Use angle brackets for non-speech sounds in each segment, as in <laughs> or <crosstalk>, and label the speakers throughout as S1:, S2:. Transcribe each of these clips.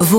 S1: Vous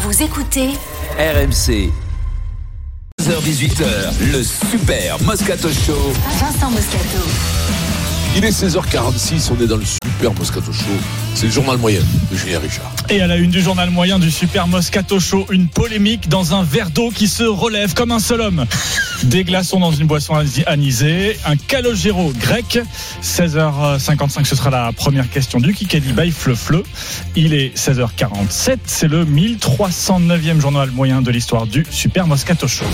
S1: Vous écoutez
S2: RMC. 16h18h, le super Moscato Show.
S1: Vincent Moscato.
S3: Il est 16h46, on est dans le super Moscato Show. C'est le journal moyen de Julien Richard.
S4: Et à la une du journal moyen du Super Moscato Show, une polémique dans un verre d'eau qui se relève comme un seul homme. Des glaçons dans une boisson ani- anisée, un calogero grec. 16h55, ce sera la première question du Kikadi by Fleu Fleu. Il est 16h47, c'est le 1309e journal moyen de l'histoire du Super Moscato Show.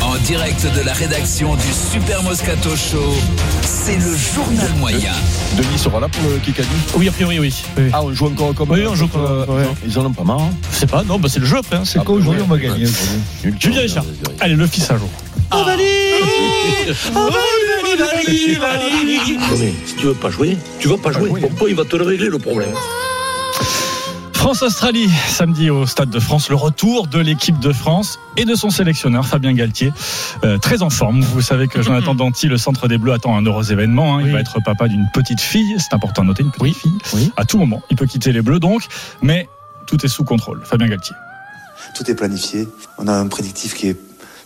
S2: En direct de la rédaction du Super Moscato Show, c'est le journal moyen.
S5: Denis sera là pour euh, le Kikadi
S4: Oui, a priori, oui. oui.
S5: Ah, on joue encore comme
S4: Oui, on joue comme- ouais.
S5: Ils en ont pas marre. hein.
S4: Je sais pas, non, bah c'est le jeu après. hein, c'est
S5: Ah,
S4: quoi
S5: bah,
S4: aujourd'hui,
S5: ouais.
S4: on va gagner.
S5: <laughs> Nul
S4: Julien
S5: tour,
S4: Richard.
S5: rien, rien, rien.
S4: Allez, le fils à jour.
S6: Si tu veux pas jouer, tu vas pas jouer.
S5: jouer.
S6: Pourquoi il va te le régler le problème
S4: France-Australie, samedi au Stade de France, le retour de l'équipe de France et de son sélectionneur Fabien Galtier, Euh, très en forme. Vous savez que Jonathan
S7: Mhm.
S4: Danti, le centre des Bleus, attend un heureux événement. hein. Il va être papa d'une petite fille, c'est important de noter, une petite fille.
S5: Oui.
S4: À tout moment, il peut quitter les Bleus donc, mais tout est sous contrôle. Fabien Galtier.
S8: Tout est planifié. On a un prédictif qui est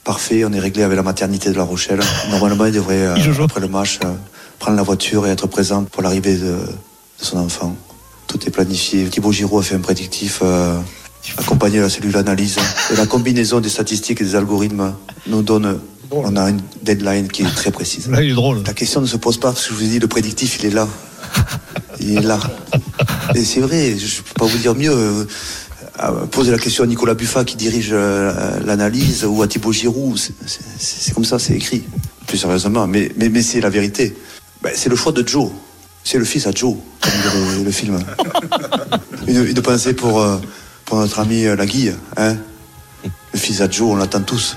S8: parfait. On est réglé avec la maternité de La Rochelle. Normalement, il devrait, euh,
S4: Il joue.
S8: après le match, euh, prendre la voiture et être présent pour l'arrivée de, de son enfant. Tout est planifié. Thibaut Giroud a fait un prédictif euh, accompagné de celui de l'analyse. Et la combinaison des statistiques et des algorithmes nous donne. On a une deadline qui est très précise.
S5: il est drôle.
S8: La question ne se pose pas parce que je vous ai dit, le prédictif, il est là. Il est là. Et c'est vrai, je ne peux pas vous dire mieux. Euh, euh, Posez la question à Nicolas Buffat qui dirige euh, l'analyse ou à Thibaut Giroud. C'est- c'est- C'est comme ça, c'est écrit. Plus sérieusement, mais, mais, mais c'est la vérité. Ben, c'est le choix de Joe. C'est le fils à Joe, comme dit le, le film. Une, une pensée pour, euh, pour notre ami euh, Laguille. Hein le fils à Joe, on l'attend tous.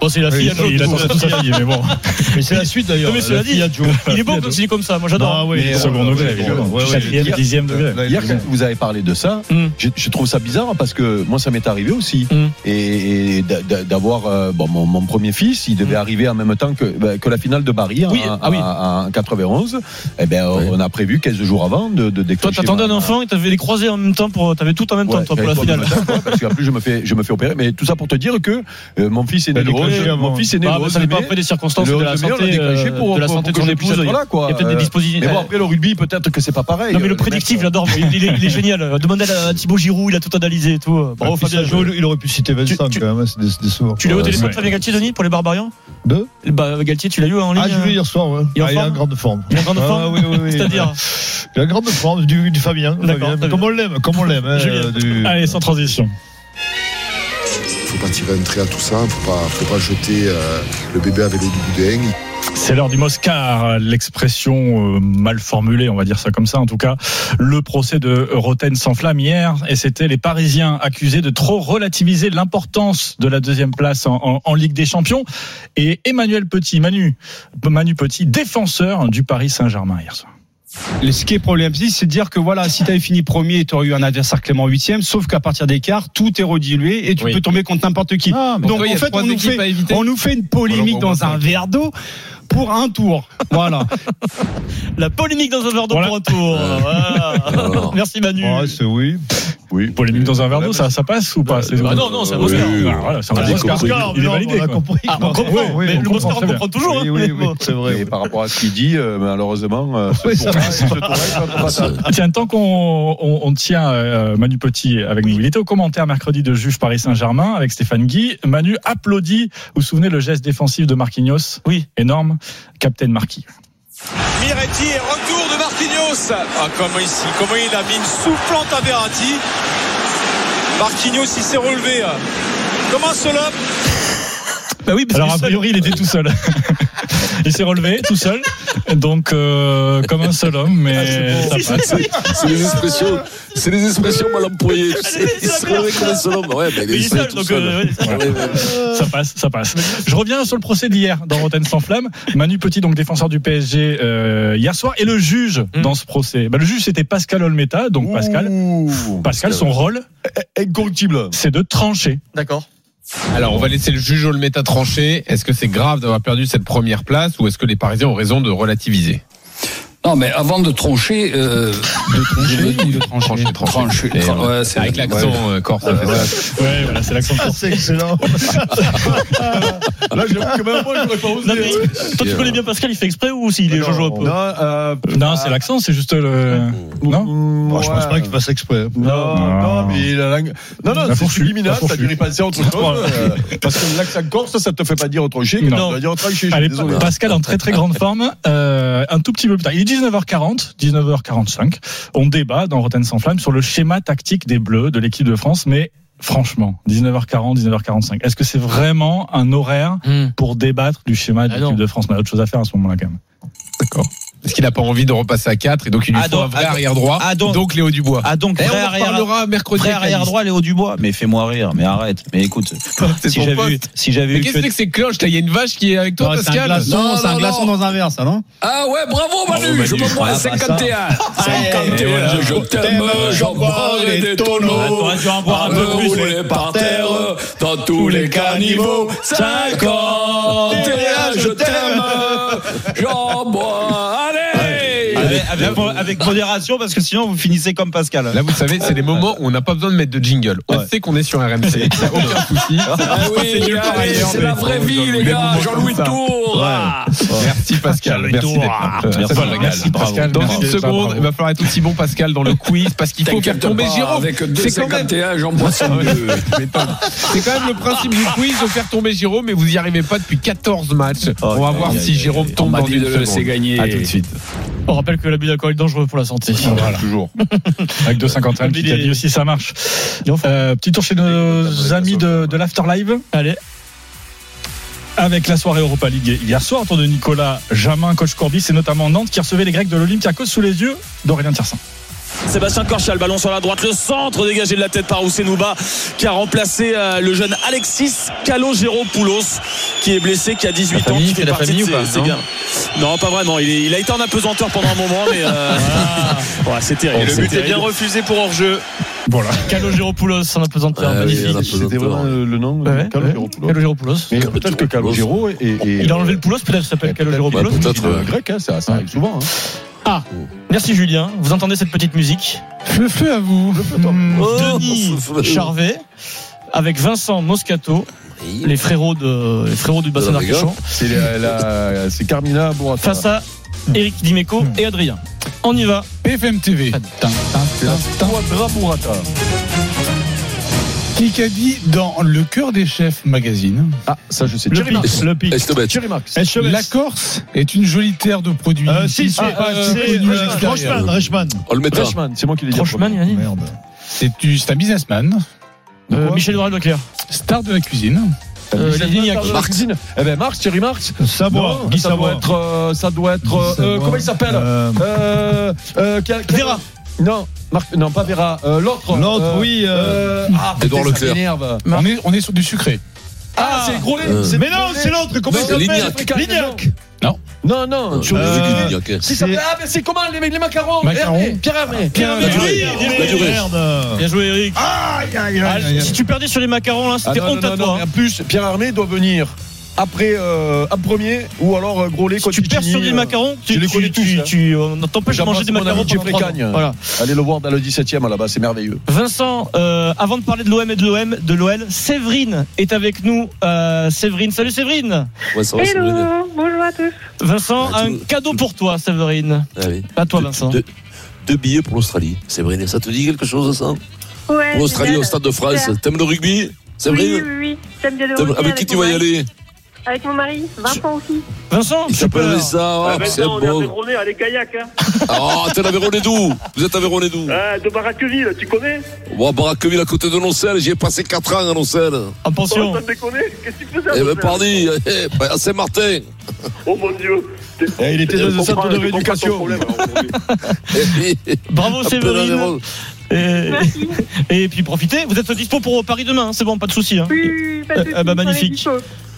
S4: Bon, c'est la
S7: fille à Joe,
S4: il
S7: tout
S4: attend
S7: ça.
S4: surtout sa fille, mais bon.
S7: <laughs> Mais c'est la suite d'ailleurs.
S4: Non, mais cela
S7: La
S4: dit,
S7: fille à Joe.
S4: Il est bon
S7: La
S4: quand
S7: fille
S4: il est comme ça, moi
S7: à Joe.
S4: j'adore.
S7: Mais, euh,
S4: Second degré,
S7: ouais,
S4: évidemment.
S7: ouais, ouais,
S4: Quatrième,
S7: hier-
S4: dixième degré.
S7: Là, il
S5: Hier,
S7: est
S5: quand
S7: bon.
S5: vous avez parlé de ça,
S4: Hum.
S5: je, je trouve ça bizarre hein, parce que moi, ça m'est arrivé aussi.
S4: Hum.
S5: Et, et d'a- d'a- d'avoir euh, bon, mon, mon premier fils, il devait arriver en même temps que, bah, que la finale de Paris
S4: Mm. Oui,
S5: en,
S4: ah oui.
S5: en- en 91. Et ben, on- on a prévu 15 jours avant de, de
S7: Toi,
S5: décrocher.
S7: t'attendais
S5: ma-
S7: un enfant et t'avais les croisés en même temps pour, t'avais tout en même temps,
S5: Ouais,
S7: toi, pour
S5: j'avais
S7: la
S5: trois
S7: finale.
S5: minutes à faire, Parce qu'en plus, je me, fais, je me fais opérer. Mais tout ça pour te dire que euh, mon fils est né
S7: T'as
S5: le
S7: décroché
S5: 11,
S7: Bah, avant.
S5: Mon fils est né
S7: Bah,
S5: le
S7: mais
S5: 11
S7: ça dépend
S5: mai.
S7: après des circonstances,
S5: Le
S7: de
S5: 11
S7: la
S5: mai, on l'a
S7: santé,
S5: décroché
S7: euh,
S5: pour-
S7: de la
S5: pour-
S7: santé de
S5: pour que
S7: ton
S5: je
S7: épouse.
S5: puisse être là, quoi.
S7: Il y a peut-être des
S5: Euh,
S7: dispositifs.
S5: Mais bon, après, le rugby, peut-être que c'est pas pareil.
S7: Non mais
S5: Euh,
S7: le prédictif, j'adore. mais Il, est- il est génial. Demandez à Thibaut Giroud, il a tout analysé et tout. Bravo Fabien.
S9: il aurait pu citer Vincent
S7: Tu- tu-
S9: quand même, hein, c'est dé- décevant.
S7: Tu l'as eu au
S4: Ouais,
S7: téléphone
S4: ouais.
S7: Fabien Galtier, Denis, pour les Barbarians
S9: Deux
S7: Bah Galtier, tu l'as eu en ligne
S9: Ah, je l'ai eu hier soir, ouais.
S7: Il est en
S9: Ah, il est en
S7: forme
S9: grande forme.
S7: Il est en grande
S9: Ah,
S7: forme
S9: oui, oui, oui.
S7: C'est-à-dire
S9: Il est en grande forme du, du Fabien.
S7: D'accord,
S9: Fabien.
S7: très
S9: Comme on l'aime, comme on l'aime. hein,
S4: Julien.
S9: du-
S4: Allez, sans transition.
S10: faut pas tirer un trait à tout ça, faut pas, faut pas jeter euh, le bébé avec l'eau du boudin.
S4: C'est l'heure du Moscar, l'expression euh, mal formulée, on va dire ça comme ça en tout cas. Le procès de Roten s'enflamme hier et c'était les Parisiens accusés de trop relativiser l'importance de la deuxième place en, en- en Ligue des Champions. Et Emmanuel Petit, Manu, Manu Petit, défenseur du Paris Saint-Germain hier soir.
S7: Le- Ce qui est problématique, c'est de dire que voilà, si tu avais fini premier, tu aurais eu un adversaire clément huitième, sauf qu'à partir des quarts, tout est redilué et tu
S4: Oui.
S7: peux tomber contre n'importe qui. Donc en fait, on nous, fait on nous fait une polémique dans
S9: bah,
S7: un verre d'eau pour un tour. Voilà.
S4: La polémique dans un verre d'eau pour un tour. Merci Manu.
S9: <laughs> Ouais, c'est oui.
S5: Oui.
S4: Polémique dans un verre d'eau, ça, ça passe ou pas
S5: bah non,
S4: non,
S5: c'est un Moscar.
S4: Voilà, c'est un
S5: On a
S4: Moscar.
S5: compris.
S4: Il est validé.
S9: On a
S4: quoi.
S9: compris.
S4: Ah, on comprend.
S9: Oui, oui,
S4: Mais
S9: on
S4: le
S9: comprend
S4: Moscar, on
S9: très bien.
S4: comprend toujours.
S9: Oui,
S4: hein.
S9: oui, oui, c'est vrai.
S5: Et par rapport à ce qu'il dit, euh, malheureusement, euh, ce
S9: Oui, ça
S5: tour-
S9: va.
S5: ce tour-là, il va pas passer.
S4: Ah, Tiens, tant qu'on on, on tient euh, Manu Petit avec nous, il était au commentaire mercredi de Juge Paris Saint-Germain avec Stéphane Guy. Manu applaudit. Vous vous souvenez le geste défensif de Marquinhos
S7: Oui.
S4: Énorme. Captain Marquis.
S6: Miretti et retour de Marquinhos. Ah, comme ici, comment il a mis une soufflante à Verratti. Marquinhos, il s'est relevé. Comment cela
S4: Bah oui, Alors a priori, il était tout seul. <laughs> il s'est relevé tout seul, donc euh, comme un seul homme, mais ça passe.
S3: C'est c'est les expressions, c'est les expressions mal employées. tu sais. Il se relève comme un seul homme. Ouais, ben, il
S4: Mais
S3: est
S4: il est
S3: seul,
S4: seul,
S3: tout
S4: donc,
S3: seul.
S4: euh, ouais.
S3: Ouais, ouais.
S4: Ça passe, ça passe. Je reviens sur le procès d'hier dans Rotten sans flamme. Manu Petit, donc défenseur du PSG euh, hier soir, et le juge dans ce procès. Bah, le juge c'était Pascal Olmeta, donc Pascal. Pascal, son rôle,
S5: Incorruptible.
S4: c'est de trancher.
S11: D'accord.
S12: Alors, on va laisser le juge Olmeta trancher. Est-ce que c'est grave d'avoir perdu cette première place ou est-ce que les Parisiens ont raison de relativiser
S13: Non, mais avant de trancher. euh, de trancher de trancher Trancher.
S12: Et
S13: tra-
S12: voilà.
S13: ouais, c'est-
S12: Avec l'accent
S13: ouais.
S12: euh, corse.
S13: Euh, voilà.
S4: Ouais, voilà, c'est l'accent.
S9: Ah, c'est excellent. Là, j'avoue que même moi, j'aurais pas osé.
S14: Non, mais
S5: hein.
S14: toi, tu connais bien Pascal, il fait exprès ou s'il est Jojo un peu
S4: Non,
S5: euh,
S4: c'est l'accent, c'est juste le. Non
S9: Moi, je pense pas qu'il fasse exprès.
S5: Non,
S4: Non.
S5: non, mais la langue. Non, non,
S4: La
S5: c'est
S4: fourchue,
S5: subliminal,
S4: la
S5: ça
S4: fourchue.
S5: dû y penser à <laughs> autre chose. euh, parce que l'accent corse, ça te fait pas dire autre chose que
S4: Non.
S5: tu vas dire autre chose. je suis
S4: Allez,
S5: désolé.
S4: Pascal en très très grande forme. Euh, un tout petit peu plus tard. Il est 19h40, 19h45. On débat dans Rotten sans flamme sur le schéma tactique des Bleus de l'équipe de France, mais franchement, 19h40, 19h45. Est-ce que c'est vraiment un horaire
S7: Mmh.
S4: pour débattre du schéma de
S11: Ah
S4: l'équipe
S11: non.
S4: de France On a autre chose à faire à ce moment-là quand même.
S12: Parce qu'il n'a pas envie de repasser à 4 et donc il lui
S11: Ah,
S12: faut
S11: donc-
S12: un vrai
S11: ah,
S12: arrière droit.
S11: ah, donc-
S12: donc, Léo Dubois.
S11: Ah donc,
S12: Eh, on
S11: vrai
S12: en reparlera mercredi
S11: vrai
S12: avec
S11: arrière
S12: la
S11: droit, Léo Dubois. Mais fais-moi rire, mais arrête. Mais écoute,
S12: C'est
S11: si
S12: ton
S11: j'avais eu,
S12: poste.
S11: si j'avais
S12: Mais
S11: eu
S12: qu'est-ce que c'est que ces cloches là Il y a une vache qui est avec toi,
S9: Non, C'est un
S12: Pascal
S9: glaçon, c'est un glaçon dans un verre, ça, non
S3: Ah ouais, bravo Manu,
S11: Manu.
S3: je me prends
S11: Ah,
S3: à
S11: bah, ça.
S3: 51. 51, je t'aime, j'en bois des tonneaux.
S11: Ouais, tu vas en boire un peu
S3: À me
S11: plus,
S3: rouler
S11: mais-
S3: par terre, dans tous les caniveaux. 51, je t'aime, j'en bois. Allez
S11: Avec, avec, avec modération, parce que sinon vous finissez comme Pascal.
S12: Là, vous savez, c'est les moments où on n'a pas besoin de mettre de jingle. On sait qu'on est sur RMC.
S9: <laughs>
S12: Il n'y a aucun souci.
S3: Ah oui,
S12: nulle part
S3: allez,
S12: ailleurs,
S3: c'est
S12: mais-
S3: la vraie vie, les
S12: mais
S3: gars,
S12: vous
S3: Jean-Louis
S12: ça.
S3: Tour. Ah,
S12: Merci Pascal,
S11: Pascal
S12: merci
S11: Letour.
S12: d'être là.
S11: Merci,
S12: Ça me régale.
S11: merci,
S12: Bravo.
S11: Pascal,
S12: Ah Dans
S11: merci.
S12: une seconde,
S11: Bravo.
S12: il va falloir être aussi bon Pascal dans le quiz parce qu'il faut faire
S3: T'inquiète
S12: tomber
S3: pas,
S12: Jérôme.
S3: avec
S12: C'est quand même
S3: 2,51, j'en <laughs> bois
S12: Ah ouais,
S3: 102.
S12: je m'étonne. C'est quand même le principe du quiz de faire tomber Jérôme, mais vous n'y arrivez pas depuis 14 matchs.
S3: Oh,
S12: On va voir si Jérôme
S3: On
S12: tombe
S3: m'a
S12: dans
S3: dit
S12: une
S3: de le laisser
S12: seconde.
S3: gagner.
S12: À tout de suite.
S14: On rappelle que l'abus d'alcool est dangereux pour la santé.
S4: Voilà.
S12: Toujours.
S4: Avec 2,51,
S14: Mais
S4: petit
S14: les-
S4: avis aussi, ça marche. Euh, petit tour chez nos amis de, de l'Afterlive.
S14: Allez.
S4: Avec la soirée Europa League hier soir, autour de Nicolas Jamin, coach Corbis et notamment Nantes qui recevait les Grecs de l'Olympiakos sous les yeux d'Aurélien Tiersin.
S14: Sébastien Corchia, le ballon sur la droite, le centre dégagé de la tête par Ousenouba qui a remplacé euh, le jeune Alexis Calogero-Poulos qui est blessé, qui a 18 ans,
S11: famille,
S14: qui
S11: c'est la famille
S14: de
S11: ou pas,
S14: ces- ces
S11: non
S14: gars. Non, pas vraiment. Il, est- il a été en apesanteur pendant un moment, mais <laughs> euh, ouais, c'est terrible.
S11: Et le
S14: C'est
S11: but est
S14: terrible.
S11: bien
S14: refusé pour hors-jeu.
S4: Voilà.
S14: Calogero-Poulos en apesanteur,
S3: Ah oui,
S14: magnifique.
S3: un
S9: C'était
S3: apesanteur.
S9: vraiment le le nom
S14: Ouais, ouais.
S9: Calogero-Poulos.
S14: Calogero-Poulos.
S9: Mais peut-être que Calogero est. est-
S14: Il a enlevé le Poulos, peut-être il s'appelle
S3: Bah,
S14: Calogero-Poulos.
S3: Peut-être.
S9: Euh,
S3: euh,
S9: grec, hein, ça, ça arrive souvent. hein.
S14: Merci Julien. Vous entendez cette petite musique Hmm,
S4: Le feu à vous.
S14: Denis Charvet avec Vincent Moscato, les frérots, de, les frérots du bassin
S3: De la Vega.
S14: d'Arcachon,
S5: C'est la- la- c'est Carmina Bourassa.
S14: face à Eric Dimeco
S5: Hmm.
S14: et Adrien. On y va.
S12: BFM TV.
S3: Ah,
S5: Bourassa Bourrata.
S12: dit dans Le cœur des chefs magazine.
S5: Ah, ça, je sais.
S14: Le
S5: Thierry Marx.
S14: pitch. Le pitch.
S3: Estobet.
S5: Thierry Marx.
S12: La Corse est une jolie terre de produits.
S9: Euh, si, c'est
S12: Ah, euh,
S9: c'est,
S12: produits
S9: euh,
S12: extérieurs.
S9: Reichmann, Reichmann.
S3: On le mettra.
S5: Freshman, c'est moi qui l'ai dit. en
S14: Franchement, il
S5: premier.
S14: y en a une.
S9: Merde.
S12: C'est du- c'est un businessman,
S14: Euh,
S9: Quoi
S14: Michel Dorel Leclerc.
S12: star de la cuisine.
S14: Euh, Lignac.
S5: Marx. Eh ben, Marx, Thierry Marx.
S9: Savoie,
S5: Non,
S9: Guy
S5: ça doit
S9: Savoie.
S5: être. euh, ça doit être. euh,
S9: Guy Savoie.
S5: comment il s'appelle
S9: Euh,
S5: euh, euh, quel- quel-
S14: Vera.
S5: Non, Marc- non, pas Vera. euh, L'autre.
S9: L'autre,
S5: Euh,
S9: oui, euh,
S5: euh, ah,
S3: Édouard
S5: putain, ça
S3: Leclerc.
S5: m'énerve.
S12: On est, on est sur du sucré.
S5: Ah, c'est gros
S3: Euh.
S5: c'est
S9: Mais non, c'est l'autre, comment il
S3: C'est
S9: s'appelle
S3: Lignac. Euh,
S9: Lignac.
S5: Non, non. Euh,
S3: Je vous ai dit, Lignac, hein.
S5: Si ça
S9: C'est-
S5: s'appelle- Ah, mais c'est comment les, les macarons
S12: Macarons.
S5: Hervé, Pierre Hermé.
S14: Pierre Hermé.
S5: Hermé.
S3: durée. La durée.
S9: Merde.
S14: Bien joué Eric.
S5: Aïe, aïe,
S14: Ah,
S5: aïe, aïe.
S14: si tu perdais sur les macarons là,
S5: Ah,
S14: c'était
S5: non,
S14: honte
S5: non,
S14: à
S5: non,
S14: toi.
S5: mais
S14: hein.
S5: En plus, Pierre Hermé doit venir après euh, un premier ou alors euh, Grolet
S14: Si tu perds sur les macarons, tu,
S5: je les
S14: tu-
S5: connais tous,
S14: tu-
S5: hein.
S14: tu- euh, on t'empêche de manger des macarons pendant
S5: Jeffrey
S14: trois ans.
S5: Cagne.
S14: Voilà.
S5: Allez le voir dans le 17ème là-bas, c'est merveilleux.
S14: Vincent, euh, avant de parler de l'OM et de l'OM, de l'OL, Séverine est avec nous. Euh, Séverine, salut Séverine.
S3: Ouais, ça va, Oh, c'est
S15: Hello,
S3: vrai.
S15: bonjour à tous.
S14: Vincent,
S3: Ah, tu-
S14: un cadeau pour toi, Séverine.
S3: Ah oui.
S14: À toi,
S3: Deux-
S14: Vincent.
S3: deux- Deux billets pour l'Australie, Séverine. Ça te dit quelque chose, ça
S15: Ouais,
S3: Pour l'Australie,
S15: génial.
S3: au Stade de France.
S15: Euh, Super.
S3: T'aimes le rugby
S15: Oui,
S3: Séverine
S15: oui, oui. J'aime bien le
S3: T'aimes-
S15: rugby
S3: Avec qui tu
S15: mon
S3: vas y
S15: mari.
S3: aller
S16: Avec mon mari, Vincent aussi.
S14: Vincent,
S3: Il s'appelle ça, hop, c'est
S15: Ah, on est à
S3: bon.
S15: Véronée, allez, kayak. Hein.
S3: Ah, t'es la Véronée d'où Vous êtes à Véronée d'où
S15: Ah, de Baraqueville, tu connais
S3: Moi, Baracqueville à côté de Noncelles, j'y ai passé 4 ans à Noncelles.
S15: Oh, t'as déconné Qu'est-ce que tu faisais à
S3: Eh ben,
S15: Noncelles
S3: pardi, eh, ben, à Saint-Martin.
S15: Oh mon dieu
S3: Eh, il était dans
S15: Je
S3: un
S15: comprends-
S3: centre de
S15: je comprends
S3: rééducation.
S15: ton problème, alors.
S14: hein, Bravo
S3: Appel <laughs> à la
S14: Séverine.
S3: rose.
S14: Et, et puis profitez, vous êtes dispo pour Paris demain, c'est bon, pas de soucis. Hein.
S16: pas de
S14: Eh ben,
S16: soucis,
S14: magnifique.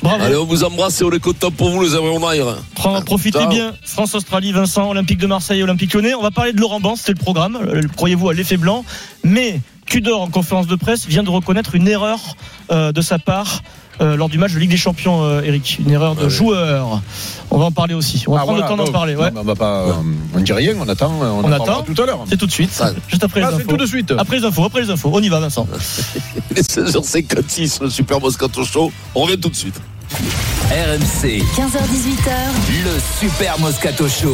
S14: Bravo.
S3: Allez, on vous embrasse et on est content pour vous, les amis, on aille.
S14: Prends- profitez
S3: Ciao.
S14: bien. France-Australie, Vincent, Olympique de Marseille, Olympique Lyonnais. On va parler de Laurent Blanc, c'était le programme. Le- le- Croyez-vous à l'effet blanc. Mais Tudor, en conférence de presse, vient de reconnaître une erreur euh, de sa part. euh, lors du match de Ligue des Champions, euh, Eric, une erreur de joueur. On va en parler aussi. On va
S5: Ah,
S14: prendre
S5: voilà,
S14: le temps d'en
S5: bon.
S14: parler. ouais.
S5: Non, mais on va pas, euh, on dit rien, on attend, euh, on,
S14: On,
S5: en parlera
S14: attend.
S5: tout à l'heure.
S14: C'est tout de suite. Juste après
S5: Ah,
S14: les
S5: c'est
S14: infos.
S5: tout de suite.
S14: Après les infos, après les infos. On y va, Vincent.
S3: Il est 16h56, le Super Moscato Show. On revient tout de suite.
S17: RMC.
S1: 15h18h.
S17: Le Super Moscato Show.